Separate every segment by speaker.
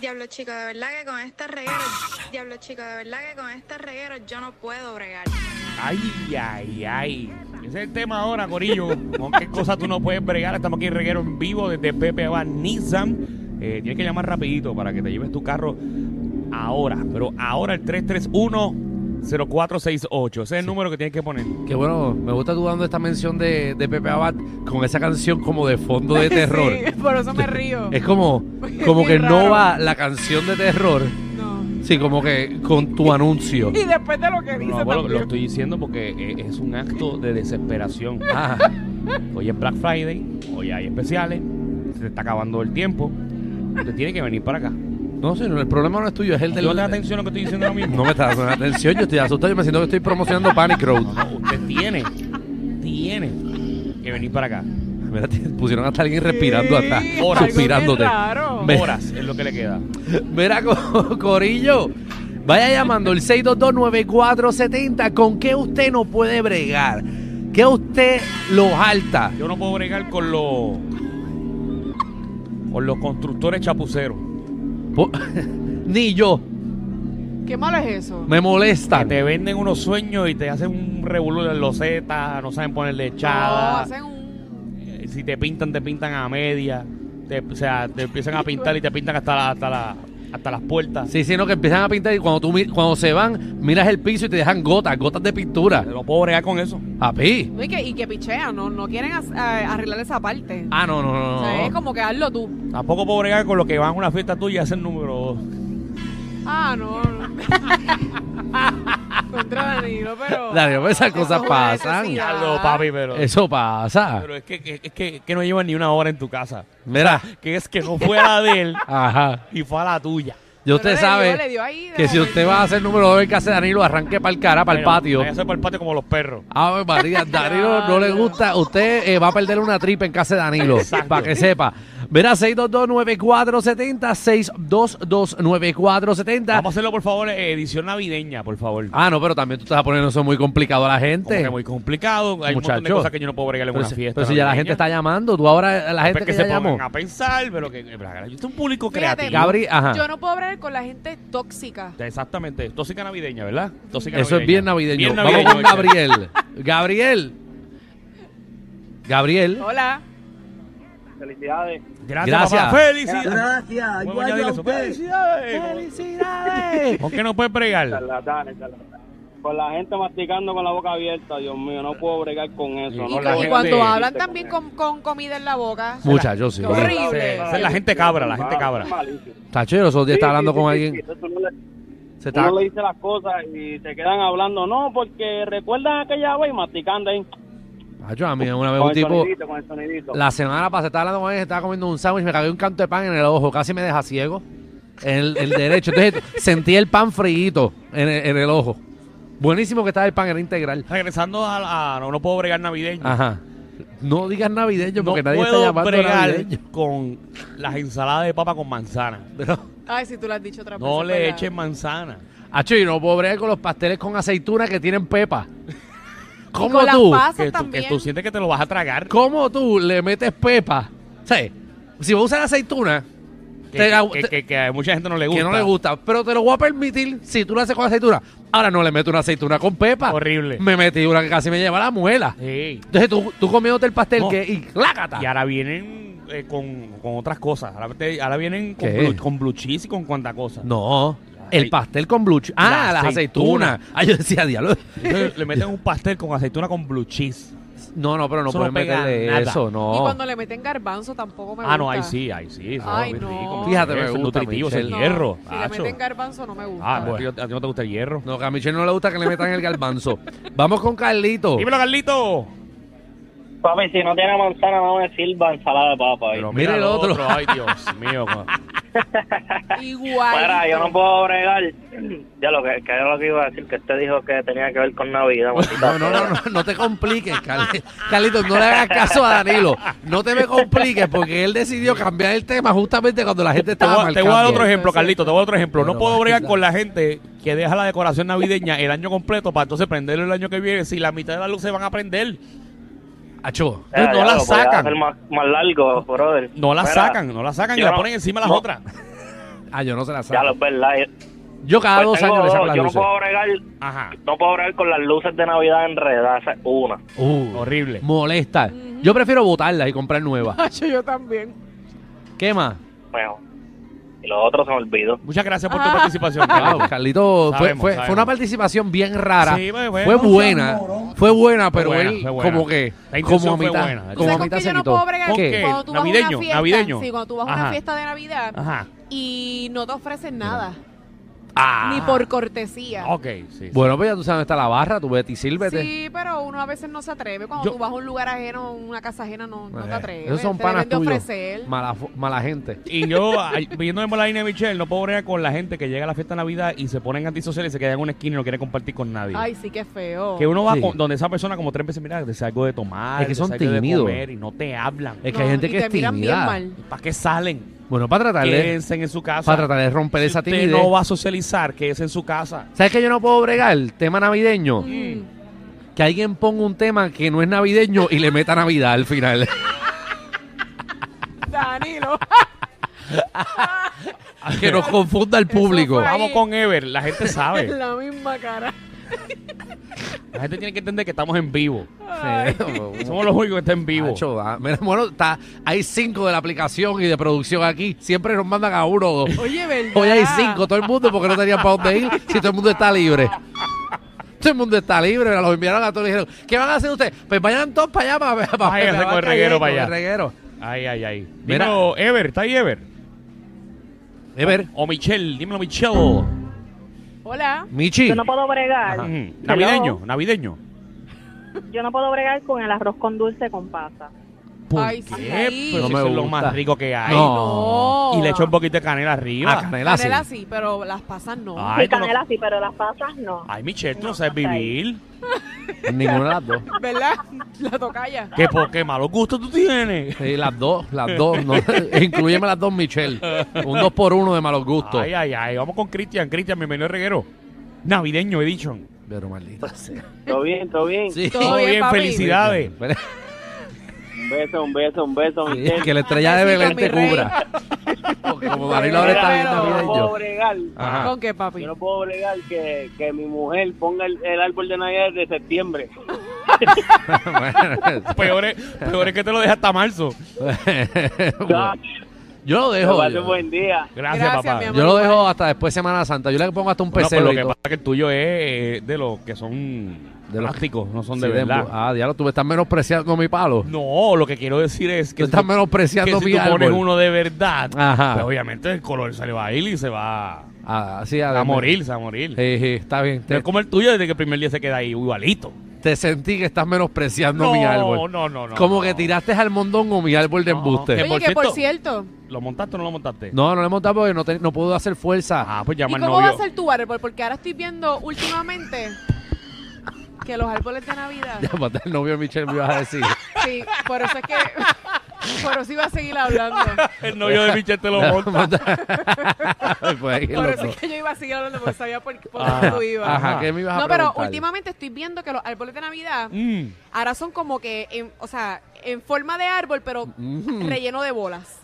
Speaker 1: Diablo chico, de verdad que con este reguero, diablo chico, de verdad que con este reguero yo no puedo bregar.
Speaker 2: Ay, ay, ay. Ese es el tema ahora, Corillo. Con qué cosa tú no puedes bregar. Estamos aquí en Reguero en vivo desde Pepe Van Nissan. Eh, tienes que llamar rapidito para que te lleves tu carro ahora. Pero ahora el 331-0468. Ese es el número que tienes que poner.
Speaker 3: Que bueno, me gusta tú dando esta mención de, de Pepe Abad con esa canción como de fondo de Eh, terror.
Speaker 4: Sí, por eso me río.
Speaker 3: Es como,
Speaker 4: Porque
Speaker 3: como
Speaker 4: es
Speaker 3: que
Speaker 4: bien
Speaker 3: no
Speaker 4: raro.
Speaker 3: va la canción de terror,
Speaker 4: No.
Speaker 3: sí, como que con tu anuncio.
Speaker 4: Y después de lo que dice
Speaker 2: No, bueno, lo,
Speaker 4: también.
Speaker 2: estoy diciendo porque eh, es un acto de desesperación.
Speaker 3: Ah,
Speaker 2: Hoy es Black Friday, hoy hay especiales, se te está acabando el tiempo. Te tiene que venir para acá.
Speaker 3: no sé, no, el problema no es tuyo, es el
Speaker 2: ¿Te das
Speaker 3: del...
Speaker 2: atención a lo que estoy diciendo ahora mismo?
Speaker 3: No me estás dando atención, yo estoy asustado, yo me siento que estoy promocionando Panic Road.
Speaker 2: No, Ah, usted tiene, tiene que venir para acá.
Speaker 3: Mira, te pusieron hasta alguien respirando atrás,
Speaker 4: Sí,
Speaker 2: algo bien
Speaker 3: suspirándote.
Speaker 4: raro.
Speaker 3: Me-
Speaker 2: Horas es lo que le queda.
Speaker 3: Mira, co- Corillo, vaya llamando el 6229470. ¿Con qué usted no puede bregar? ¿Qué usted lo jalta?
Speaker 2: Yo no puedo bregar con los con los constructores chapuceros.
Speaker 3: Po- Ni yo.
Speaker 4: Qué malo es eso.
Speaker 3: Me molesta.
Speaker 2: Que te venden unos sueños y te hacen un revolú en los Z, no saben ponerle
Speaker 4: No,
Speaker 2: echada.
Speaker 4: hacen un...
Speaker 2: Eh, Si te pintan, te pintan a media. Te- o sea, te empiezan a pintar y te pintan hasta la- hasta la- hasta las puertas.
Speaker 3: Sí, sí, no, que empiezan a pintar y cuando, tú, mi- cuando se van, miras el piso y te dejan gotas, gotas de pintura.
Speaker 2: No puedo bregar con eso.
Speaker 3: Papi.
Speaker 4: No, y, que, y que pichean, no, no quieren as- a- arreglar esa parte.
Speaker 3: Ah, no, no,
Speaker 4: O sea,
Speaker 3: no,
Speaker 4: es
Speaker 3: no.
Speaker 4: como que hazlo tú.
Speaker 2: Tampoco puedo bregar con los que van a una fiesta tuya y hacen número dos.
Speaker 4: Ah, no. no. Contra Danilo, pero...
Speaker 3: Dale, pues esas
Speaker 4: Eso
Speaker 3: cosas
Speaker 4: es una
Speaker 3: pasan.
Speaker 4: necesidad.
Speaker 2: Diablo, papi, pero.
Speaker 3: Eso pasa.
Speaker 2: Pero es que, que- es que, que no lleva ni una hora en tu casa.
Speaker 3: Mira.
Speaker 2: Que es que no fuera de él
Speaker 3: Ah. Ajá.
Speaker 2: y fue a la tuya.
Speaker 3: Y
Speaker 4: Pero
Speaker 3: usted
Speaker 4: le dio, le
Speaker 3: sabe
Speaker 4: dio ahí de
Speaker 3: que si
Speaker 4: momento.
Speaker 3: usted va a hacer número 2 el que hace Danilo, arranque para el cara, para el
Speaker 2: Bueno,
Speaker 3: patio.
Speaker 2: váyase para el patio como los perros.
Speaker 3: Ave Ah, pues, María, Danilo no le gusta. Usted eh, va a perder una tripa en casa de Danilo,
Speaker 2: Exacto.
Speaker 3: para que sepa. Verá, 6229470, 6229470.
Speaker 2: Vamos a hacerlo, por favor, eh, edición navideña, por favor.
Speaker 3: Ah, no, pero también tú estás poniendo eso muy complicado a la
Speaker 2: Como
Speaker 3: gente.
Speaker 2: que muy complicado. Hay un montón de
Speaker 3: Muchacho.
Speaker 2: cosas que yo no puedo bregarle en
Speaker 3: pero
Speaker 2: una
Speaker 3: si,
Speaker 2: fiesta.
Speaker 3: pero si ya la gente está llamando, tú ahora la gente
Speaker 2: gente
Speaker 3: que,
Speaker 2: que
Speaker 3: ya
Speaker 2: se
Speaker 3: llamó.
Speaker 2: pongan a pensar, pero que. Yo estoy un público
Speaker 4: Fíjate,
Speaker 2: creativo.
Speaker 3: Gabri, ajá.
Speaker 4: Yo no puedo hablar con la gente tóxica.
Speaker 2: Exactamente. Tóxica navideña, ¿verdad? Tóxica
Speaker 3: Eso es bien navideño.
Speaker 2: Bien
Speaker 3: Vamos
Speaker 2: navideño,
Speaker 3: con Gabriel. Gabriel. Gabriel.
Speaker 4: Hola.
Speaker 5: Felicidades.
Speaker 2: Gracias.
Speaker 3: Gracias.
Speaker 2: papá. Felicidades.
Speaker 6: Gracias,
Speaker 2: Muy
Speaker 6: igual
Speaker 2: buen día,
Speaker 6: a
Speaker 2: eso.
Speaker 6: usted.
Speaker 2: Felicidades.
Speaker 3: ¡Felicidades!
Speaker 2: ¿Con qué no puedes bregar?
Speaker 5: Charlatanes, charlatanes. Con la gente masticando con la boca abierta, Dios mío, no puedo bregar con eso.
Speaker 2: Y
Speaker 4: Y,
Speaker 5: no
Speaker 2: con
Speaker 5: la
Speaker 4: cu- y
Speaker 5: gente-
Speaker 4: cuando hablan
Speaker 5: Con
Speaker 4: también
Speaker 5: eso.
Speaker 4: con, con comida en la boca.
Speaker 3: Muchachos, sí.
Speaker 4: Qué horrible.
Speaker 2: Esa es la gente cabra, la gente cabra.
Speaker 5: Malísimo.
Speaker 3: Tacho, los otros días estaba hablando
Speaker 5: Sí, sí,
Speaker 3: con
Speaker 5: sí,
Speaker 3: alguien.
Speaker 5: sí, eso no le-
Speaker 3: Se está...
Speaker 5: Uno le dice las cosas y se quedan hablando, no, porque recuerdan aquella vez y masticando ahí.
Speaker 3: Tacho, a mí una vez
Speaker 5: Con
Speaker 3: un
Speaker 5: el
Speaker 3: tipo.
Speaker 5: sonidito, con el sonidito.
Speaker 3: La semana pasada estaba hablando con él, estaba comiendo un sándwich, me cagué un canto de pan en el ojo, casi me deja ciego. En el, el derecho. Entonces sentí el pan friito en el, en el ojo. Buenísimo que estaba el pan, era integral.
Speaker 2: Regresando a, la- a no, no puedo bregar navideño.
Speaker 3: Ajá. No digas navideño
Speaker 2: no
Speaker 3: porque nadie está
Speaker 2: puedo
Speaker 3: llamando
Speaker 2: bregar
Speaker 3: navideño.
Speaker 2: con las ensaladas de papa con manzana.
Speaker 3: Pero,
Speaker 4: Ay, si tú lo has dicho otra vez.
Speaker 2: No
Speaker 4: es
Speaker 2: le
Speaker 4: verdad.
Speaker 2: echen manzana.
Speaker 3: acho, yo no puedo bregar con los pasteles con aceituna que tienen pepa. ¿Cómo
Speaker 4: con las
Speaker 3: tú?
Speaker 4: pasas
Speaker 2: Que tú, que
Speaker 4: también.
Speaker 2: tú sientes que te lo vas a tragar.
Speaker 3: ¿Cómo tú le metes pepa? Sí. Si vas a usar aceituna,
Speaker 2: Que,
Speaker 3: te la-
Speaker 2: que-
Speaker 3: te-
Speaker 2: que- que a mucha gente no le gusta.
Speaker 3: que no le gusta, pero te lo voy a permitir si tú lo haces con aceituna. Ahora no le meto una aceituna con pepa.
Speaker 2: Horrible.
Speaker 3: Me metí una que casi me lleva la muela.
Speaker 2: Sí.
Speaker 3: Entonces tú, tú comiéndote el pastel
Speaker 2: No.
Speaker 3: que, y ¡clácata!
Speaker 2: Y ahora vienen eh, con, con otras cosas. Ahora, te- ahora vienen con
Speaker 3: ¿Qué?
Speaker 2: blue, con blue cheese y con cuanta cosa.
Speaker 3: No,
Speaker 2: Ay.
Speaker 3: el pastel con blue cheese. Ah,
Speaker 2: La
Speaker 3: las
Speaker 2: aceituna.
Speaker 3: aceitunas. Ah, yo decía, diablo.
Speaker 2: Entonces, le meten un pastel con aceituna con blue cheese.
Speaker 3: No, no, pero no
Speaker 2: Eso no
Speaker 3: puedes
Speaker 2: pega
Speaker 3: meterle
Speaker 2: nada.
Speaker 3: eso,
Speaker 4: Y
Speaker 3: no.
Speaker 4: cuando le meten garbanzo tampoco me gusta.
Speaker 2: Ah, no, ahí sí, ahí sí. eso
Speaker 4: Ay,
Speaker 2: es
Speaker 4: no.
Speaker 2: rico,
Speaker 3: Fíjate, me
Speaker 2: eso es
Speaker 3: gusta,
Speaker 2: nutritivo, eso es
Speaker 3: Michelle.
Speaker 2: hierro.
Speaker 4: Si le
Speaker 2: macho.
Speaker 4: meten garbanzo no me gusta.
Speaker 2: Ah, no, a ti- a ti no te gusta el hierro.
Speaker 3: No, que a Michelle no le gusta que le metan el garbanzo. Vamos con Carlito.
Speaker 2: Dímelo, Carlito.
Speaker 5: Papi, si no tiene manzana, no me sirva ensalada de papa. ¿eh?
Speaker 2: Pero
Speaker 3: mira el
Speaker 2: lo
Speaker 3: otro.
Speaker 2: Ay, Dios mío.
Speaker 4: Igual.
Speaker 6: Mira, yo no puedo bregar. Ya lo que, que era lo que iba a decir, que usted dijo que tenía que ver con Navidad. maldita
Speaker 3: No, no, no,
Speaker 6: sea.
Speaker 3: no, no te compliques, Carli- Carlitos. No le hagas caso a Danilo. No te me compliques porque él decidió cambiar el tema justamente cuando la gente
Speaker 2: Te
Speaker 3: estaba
Speaker 2: voy, a- te voy a dar
Speaker 3: marcando.
Speaker 2: otro ejemplo, Carlito. Te voy a dar otro ejemplo. No
Speaker 3: Pero
Speaker 2: puedo
Speaker 3: es
Speaker 2: bregar
Speaker 3: la-
Speaker 2: con la gente que deja la decoración navideña el año completo para entonces prenderlo el año que viene. Si la mitad de las luces van a prender,
Speaker 3: Acho.
Speaker 6: Ya,
Speaker 2: no
Speaker 6: ya
Speaker 2: la
Speaker 6: lo podía
Speaker 2: sacan.
Speaker 6: Eh, hacer más, más largo, brother.
Speaker 2: no la
Speaker 6: Mira,
Speaker 2: sacan, no la sacan y
Speaker 6: yo
Speaker 2: la
Speaker 6: no-
Speaker 2: ponen encima de las
Speaker 6: no,
Speaker 2: otras.
Speaker 3: Ah, yo no se la
Speaker 6: Ya lo
Speaker 3: saco.
Speaker 6: es verdad. Yo-
Speaker 3: Yo cada
Speaker 6: pues
Speaker 3: dos
Speaker 6: tengo
Speaker 3: años le saco
Speaker 6: dos,
Speaker 3: las
Speaker 6: yo no
Speaker 3: luces.
Speaker 6: puedo bregar,
Speaker 2: Ajá.
Speaker 6: no puedo bregar con las luces de Navidad enredadas. esa es Una.
Speaker 3: Uh,
Speaker 2: Horrible.
Speaker 3: molesta. Yo prefiero botarlas y comprar nuevas.
Speaker 4: Hacho, yo también.
Speaker 3: ¿Qué más?
Speaker 6: Mejor. Y los otros se me olvidó.
Speaker 2: Muchas gracias por tu participación. Carlito.
Speaker 3: Wow, Carlito, fue,
Speaker 2: Sabemos,
Speaker 3: fue-
Speaker 2: sabemos.
Speaker 3: fue una participación bien rara.
Speaker 2: Sí, pues,
Speaker 3: fue
Speaker 2: bueno,
Speaker 3: buena. Fue buena, pero
Speaker 2: buena,
Speaker 3: él
Speaker 2: fue buena.
Speaker 3: como que
Speaker 2: La intención
Speaker 3: como a
Speaker 2: fue
Speaker 3: mitad,
Speaker 2: buena. ¿Tú
Speaker 3: como a
Speaker 4: ¿Sabes con
Speaker 3: mitad
Speaker 4: qué
Speaker 3: se
Speaker 4: yo no
Speaker 3: quitó.
Speaker 4: puedo bregar?
Speaker 2: ¿Con
Speaker 3: ¿Qué?
Speaker 2: qué?
Speaker 4: Cuando tú vas a
Speaker 2: Navideño,
Speaker 4: una fiesta,
Speaker 2: navideño.
Speaker 4: sí, cuando tú vas a
Speaker 2: Ajá.
Speaker 4: una fiesta de Navidad
Speaker 2: Ajá.
Speaker 4: y no te ofrecen nada,
Speaker 2: Ah.
Speaker 4: ni por cortesía.
Speaker 2: Ok, sí, sí.
Speaker 3: Bueno, pues ya tú sabes dónde está la barra, tú vete y sírvete.
Speaker 4: Sí, pero uno a veces no se atreve. Cuando
Speaker 2: Yo-
Speaker 4: tú vas a un lugar ajeno, una casa ajena, no, no te
Speaker 3: Eh,
Speaker 4: atreves.
Speaker 3: Esos son
Speaker 4: te
Speaker 3: panas
Speaker 4: deben de
Speaker 3: tuyos.
Speaker 4: ofrecer.
Speaker 3: Mala, fo- mala gente.
Speaker 2: Y yo, ay, viéndome por la línea de Michelle, no puedo bregar con la gente que llega a la fiesta de Navidad y se ponen antisociales y se quedan en una esquina y no quiere compartir con nadie.
Speaker 4: Ay, sí, qué feo.
Speaker 2: que uno va
Speaker 3: Sí.
Speaker 2: con- donde esa persona como tres veces, mira, te salgo de tomar,
Speaker 3: Es que
Speaker 2: te
Speaker 3: son
Speaker 2: salgo de
Speaker 3: tímidos.
Speaker 2: comer y no te hablan.
Speaker 3: Es que
Speaker 4: No,
Speaker 3: hay gente
Speaker 4: y
Speaker 3: que
Speaker 4: te
Speaker 3: es
Speaker 4: miran bien
Speaker 3: tímida.
Speaker 4: mal.
Speaker 2: ¿Para qué salen?
Speaker 3: Bueno, para tratar de,
Speaker 2: Quédense en su casa.
Speaker 3: para tratar de romper
Speaker 2: si
Speaker 3: esa
Speaker 2: usted
Speaker 3: timidez.
Speaker 2: no va a socializar, quédese en su casa.
Speaker 3: ¿Sabes que yo no puedo bregar? El tema navideño.
Speaker 4: Mm.
Speaker 3: Que alguien ponga un tema que no es navideño y le meta Navidad al final.
Speaker 4: Danilo.
Speaker 3: Ah, que nos confunda el público.
Speaker 4: fue- Ahí.
Speaker 2: Vamos con Ever, la gente sabe.
Speaker 4: la misma cara.
Speaker 2: La gente tiene que entender que estamos en vivo.
Speaker 3: Sí.
Speaker 2: Somos los únicos que están en vivo.
Speaker 3: Macho, ah, mira, bueno, está, hay cinco de la aplicación y de producción aquí. Siempre nos mandan a uno o dos.
Speaker 4: Oye, ¿verdad?
Speaker 3: Hoy hay cinco, todo el mundo, porque no tenían para dónde ir si todo el mundo está libre. Todo el mundo está libre, mira, los enviaron a todos y dijeron, ¿qué van a hacer ustedes? Pues vayan todos para allá, para, para,
Speaker 2: Váyanse
Speaker 3: para-
Speaker 2: con el reguero para allá.
Speaker 3: con el reguero.
Speaker 2: Ay, ay, ay.
Speaker 3: Mira.
Speaker 2: Dímelo, Ever, ¿está ahí Ever?
Speaker 3: A ver,
Speaker 2: O Michelle, dímelo, Michelle.
Speaker 4: Hola.
Speaker 3: Michi,
Speaker 7: Yo no puedo bregar.
Speaker 2: Ajá. Navideño, navideño.
Speaker 7: Yo no puedo bregar con el arroz con dulce con pasa.
Speaker 3: ¿por
Speaker 4: Ay,
Speaker 3: qué?
Speaker 4: sí.
Speaker 2: Pero
Speaker 3: No
Speaker 2: si
Speaker 3: me
Speaker 2: eso es lo
Speaker 3: gusta.
Speaker 2: más rico que hay.
Speaker 3: No.
Speaker 2: Y le echo un poquito de canela arriba.
Speaker 3: Ah, canela, sí.
Speaker 4: Canela sí, pero las pasas no.
Speaker 2: Ah. Ay,
Speaker 7: Y
Speaker 2: tú no-
Speaker 7: canela sí, pero las pasas no.
Speaker 2: Ay, Michelle, tú no
Speaker 7: No,
Speaker 2: sabes
Speaker 7: está ahí.
Speaker 2: vivir.
Speaker 3: Ninguna de las dos.
Speaker 4: ¿Verdad? La tocaya.
Speaker 2: ¿Qué, po- qué malos gustos tú tienes.
Speaker 3: Sí, las dos, las dos. No, incluyeme las dos, Michelle. Un dos por uno de malos gustos.
Speaker 2: Ay, ay, ay. Vamos con Cristian. Cristian, bienvenido al reguero. Navideño, edition.
Speaker 3: Pero maldita sea.
Speaker 5: Todo bien, todo bien.
Speaker 3: Sí.
Speaker 4: Todo bien, papi.
Speaker 2: felicidades.
Speaker 5: Un beso, un beso, un beso.
Speaker 3: Sí,
Speaker 5: Michelle.
Speaker 3: que la estrella de
Speaker 4: Besito,
Speaker 3: Belén te
Speaker 4: mi rey.
Speaker 3: cubra. Porque como Danilo ahora está bien
Speaker 4: Pero-
Speaker 5: yo no puedo
Speaker 3: navideño.
Speaker 5: bregar.
Speaker 2: Ajá.
Speaker 4: ¿Con qué, papi?
Speaker 5: Yo no puedo bregar que, que mi mujer ponga el, el árbol de Navidad de septiembre.
Speaker 3: Bueno,
Speaker 2: Peor es, peor es que te lo deja hasta marzo.
Speaker 5: Ya,
Speaker 3: yo lo
Speaker 5: que
Speaker 3: dejo.
Speaker 5: pase
Speaker 3: Yo,
Speaker 5: un buen día.
Speaker 2: Gracias,
Speaker 4: Gracias,
Speaker 2: papá.
Speaker 4: mi amor.
Speaker 3: yo lo dejo hasta después Semana Santa. Yo le pongo hasta un
Speaker 2: Bueno, pues
Speaker 3: pesero
Speaker 2: lo
Speaker 3: y
Speaker 2: que
Speaker 3: todo.
Speaker 2: pasa es que el tuyo es eh, de los que son
Speaker 3: De
Speaker 2: de
Speaker 3: los-
Speaker 2: plásticos, no son
Speaker 3: Sí,
Speaker 2: de
Speaker 3: de-
Speaker 2: verdad.
Speaker 3: Ah, diablo, tú me estás menospreciando mi palo.
Speaker 2: No, lo que quiero decir es que
Speaker 3: Tú estás
Speaker 2: que
Speaker 3: menospreciando
Speaker 2: si
Speaker 3: mi
Speaker 2: tú pones
Speaker 3: árbol.
Speaker 2: uno de verdad,
Speaker 3: Ajá.
Speaker 2: pues obviamente el color se le va a ir y se va a,
Speaker 3: Ah, sí,
Speaker 2: a
Speaker 3: además.
Speaker 2: morir, se va a morir.
Speaker 3: Sí, sí, está bien.
Speaker 2: No
Speaker 3: Te,
Speaker 2: es como el tuyo desde que el primer día se queda ahí igualito.
Speaker 3: te sentí que estás menospreciando mi árbol.
Speaker 2: no, no, no.
Speaker 3: como
Speaker 2: no.
Speaker 3: que tiraste al mondón o mi árbol de
Speaker 2: No,
Speaker 3: embuste.
Speaker 2: que
Speaker 4: Oye, que por cierto,
Speaker 2: ¿Lo montaste o no lo montaste?
Speaker 3: No, no le he montado porque no, te- no puedo hacer fuerza.
Speaker 2: Ah, pues
Speaker 4: ¿y
Speaker 2: llama al
Speaker 4: cómo
Speaker 2: novio.
Speaker 4: va a ser tu árbol? Porque ahora estoy viendo últimamente que los árboles de Navidad.
Speaker 3: Ya, mata el novio de Michelle, me ibas a decir.
Speaker 4: Sí, por eso es que. Por eso iba a seguir hablando.
Speaker 2: El novio de Michelle te lo monta.
Speaker 3: Pues ahí
Speaker 4: Por
Speaker 3: los
Speaker 4: eso
Speaker 3: dos.
Speaker 4: es que yo iba a seguir hablando porque sabía por, por
Speaker 2: Ah,
Speaker 4: dónde tú ibas.
Speaker 3: Ajá, ¿qué me ibas a
Speaker 4: No, pero
Speaker 3: preguntar?
Speaker 4: últimamente estoy viendo que los árboles de Navidad
Speaker 2: Mm.
Speaker 4: ahora son como que, en, o sea, en forma de árbol, pero
Speaker 3: Mm.
Speaker 4: relleno de bolas.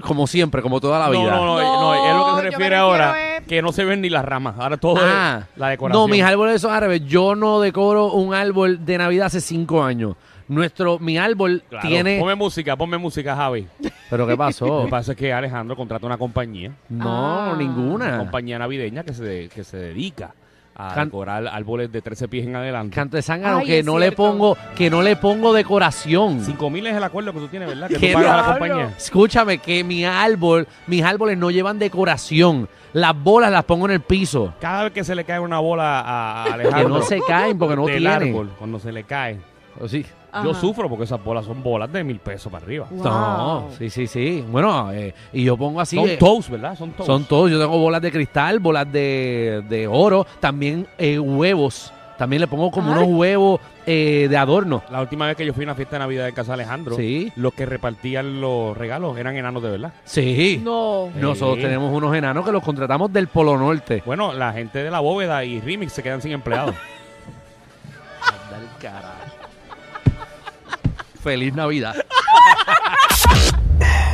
Speaker 3: Como siempre, como toda la
Speaker 2: No,
Speaker 3: vida.
Speaker 2: no, no,
Speaker 4: No,
Speaker 2: no, es lo que se
Speaker 4: yo me
Speaker 2: refiere
Speaker 4: refiero
Speaker 2: ahora.
Speaker 4: es-
Speaker 2: Que no se ven ni las ramas. Ahora todo
Speaker 3: Ah,
Speaker 2: es la decoración.
Speaker 3: No, mis árboles son árabes. Yo no decoro un árbol de Navidad hace cinco años. Nuestro, mi árbol
Speaker 2: Claro.
Speaker 3: tiene. Oh.
Speaker 2: Ponme música, ponme música, Javi.
Speaker 3: ¿Pero qué
Speaker 2: Lo
Speaker 3: pasó?
Speaker 2: que pasa es que Alejandro contrata una compañía,
Speaker 3: no,
Speaker 4: Ah.
Speaker 2: una
Speaker 3: ninguna.
Speaker 2: compañía navideña que se, de- que se dedica a
Speaker 3: Can-
Speaker 2: decorar árboles de 13 pies en adelante.
Speaker 3: Canto de zángano
Speaker 4: Ay,
Speaker 3: que
Speaker 4: es
Speaker 3: no le
Speaker 4: cierto.
Speaker 3: pongo, que no le pongo decoración.
Speaker 2: 5 mil es el acuerdo que tú tienes, ¿verdad? Que tú
Speaker 3: ¿Qué
Speaker 2: pagas a la
Speaker 4: diablo?
Speaker 2: compañía.
Speaker 3: Escúchame, que mi árbol, mis árboles no llevan decoración. Las bolas las pongo en el piso.
Speaker 2: Cada vez que se le cae una bola a a
Speaker 3: Que
Speaker 2: Alejandro
Speaker 3: no se caen porque no
Speaker 2: del
Speaker 3: tienen.
Speaker 2: árbol, cuando se le cae,
Speaker 3: O sí.
Speaker 2: Yo
Speaker 4: Ajá.
Speaker 2: sufro porque esas bolas son bolas de mil pesos para arriba.
Speaker 3: No,
Speaker 4: Wow.
Speaker 3: sí, sí, sí. Bueno, eh, y yo pongo así.
Speaker 2: son
Speaker 3: eh,
Speaker 2: toast, ¿verdad? Son toast.
Speaker 3: Son todos. Yo tengo bolas de cristal, bolas de, de oro, también eh, huevos. También le pongo como
Speaker 4: Ay.
Speaker 3: unos huevos eh, de adorno.
Speaker 2: La última vez que yo fui a una fiesta de Navidad de Casa Alejandro,
Speaker 3: Sí.
Speaker 2: los que repartían los regalos eran enanos de verdad.
Speaker 3: Sí.
Speaker 4: No.
Speaker 3: Eh, Nosotros
Speaker 2: Sí.
Speaker 3: tenemos unos enanos que los contratamos del Polo Norte.
Speaker 2: Bueno, la gente de la bóveda y Remix se quedan sin empleados.
Speaker 3: Feliz Navidad.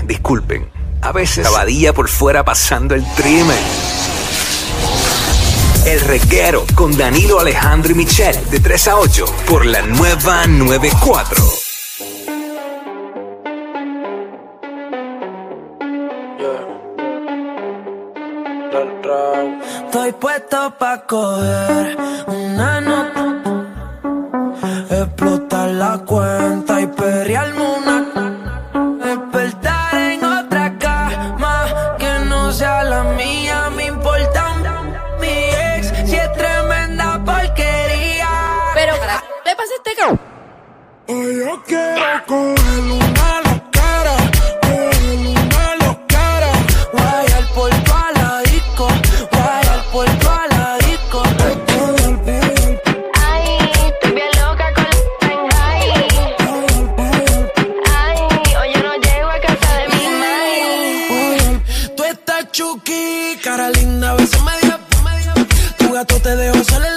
Speaker 8: Disculpen. A veces abadilla por fuera pasando el trimen. El reguero con Danilo Alejandro y Michel de 3 a 8 por la nueva 94.
Speaker 9: Estoy puesto pa' coger una nota, explotar la cuenta y perrearme una. Despertar en otra cama que no sea la mía, me importa un- mi ex si es tremenda porquería.
Speaker 4: Pero, ¿qué pasa este cabrón?
Speaker 9: Hoy yo quiero coger una locara, coger una locara. Guayar por toda la disco, guayar por toda la disco. Todo el poder,
Speaker 1: Ay, estoy bien loca con la Shanghai.
Speaker 9: todo el poder,
Speaker 1: Ay, hoy yo no llego a casa de mi madre.
Speaker 9: poder. Tú estás chuki, cara linda, a veces me digas, tú me digas. Tu gato te dejo solo en